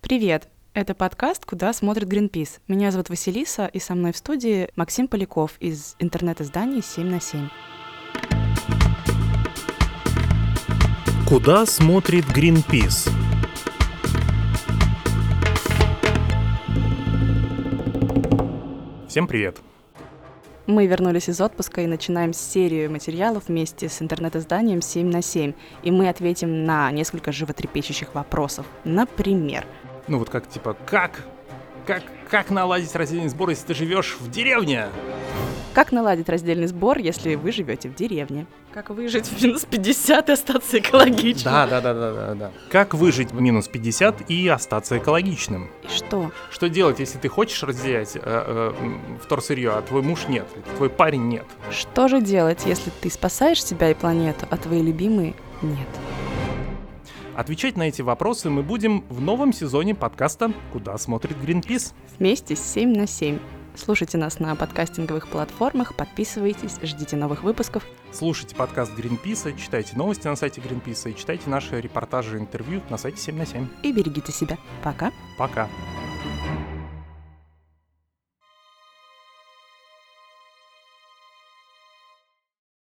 Привет! Это подкаст «Куда смотрит Гринпис». Меня зовут Василиса, и со мной в студии Максим Поляков из интернет-издания «7 на 7». Куда смотрит Гринпис? Всем привет! Мы вернулись из отпуска и начинаем серию материалов вместе с интернет-изданием 7 на 7. И мы ответим на несколько животрепещущих вопросов. Например, Ну вот как, типа, как? Как, как наладить раздельный сбор, если ты живешь в деревне? как наладить раздельный сбор, если вы живете в деревне? Как выжить в минус 50 и остаться экологичным? Да, да, да, да, да, да. Как выжить в минус 50 и остаться экологичным? И что? Что делать, если ты хочешь разделять э, э, м, вторсырье, а твой муж нет, твой парень нет? Что же делать, если ты спасаешь себя и планету, а твои любимые нет? Отвечать на эти вопросы мы будем в новом сезоне подкаста «Куда смотрит Гринпис?». Вместе с 7 на 7. Слушайте нас на подкастинговых платформах, подписывайтесь, ждите новых выпусков. Слушайте подкаст Гринписа, читайте новости на сайте Гринписа и читайте наши репортажи и интервью на сайте 7 на 7. и берегите себя. Пока! Пока!